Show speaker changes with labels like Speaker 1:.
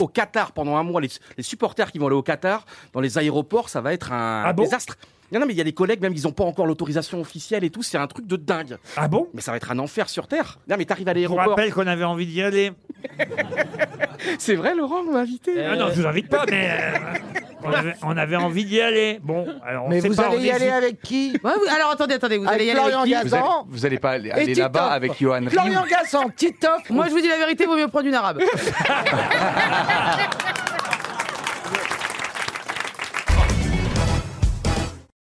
Speaker 1: au Qatar pendant un mois, les, les supporters qui vont aller au Qatar, dans les aéroports, ça va être un
Speaker 2: Ah bon
Speaker 1: désastre. Non, non, mais il y a des collègues, même, ils n'ont pas encore l'autorisation officielle et tout, c'est un truc de dingue.
Speaker 2: Ah bon
Speaker 1: Mais ça va être un enfer sur Terre. Non, mais t'arrives à
Speaker 2: Je vous
Speaker 1: l'aéroport.
Speaker 2: rappelle qu'on avait envie d'y aller.
Speaker 1: C'est vrai, Laurent, vous m'invitez
Speaker 2: Ah non, je vous invite pas, mais euh, on, avait, on avait envie d'y aller. Bon, alors on
Speaker 3: Mais
Speaker 2: sait
Speaker 3: vous
Speaker 2: pas, on
Speaker 3: allez y
Speaker 2: hésite.
Speaker 3: aller avec qui
Speaker 4: Ouais, vous- alors attendez, attendez, vous allez y
Speaker 3: Avec
Speaker 4: aller
Speaker 3: Florian
Speaker 4: avec qui
Speaker 5: Vous allez,
Speaker 3: Gazan
Speaker 5: vous allez pas aller,
Speaker 3: et
Speaker 5: aller
Speaker 3: Titoff.
Speaker 5: là-bas avec Johan Rioux.
Speaker 3: Florian Gazan, Titoff
Speaker 4: Moi, je vous dis la vérité, vaut mieux prendre une arabe.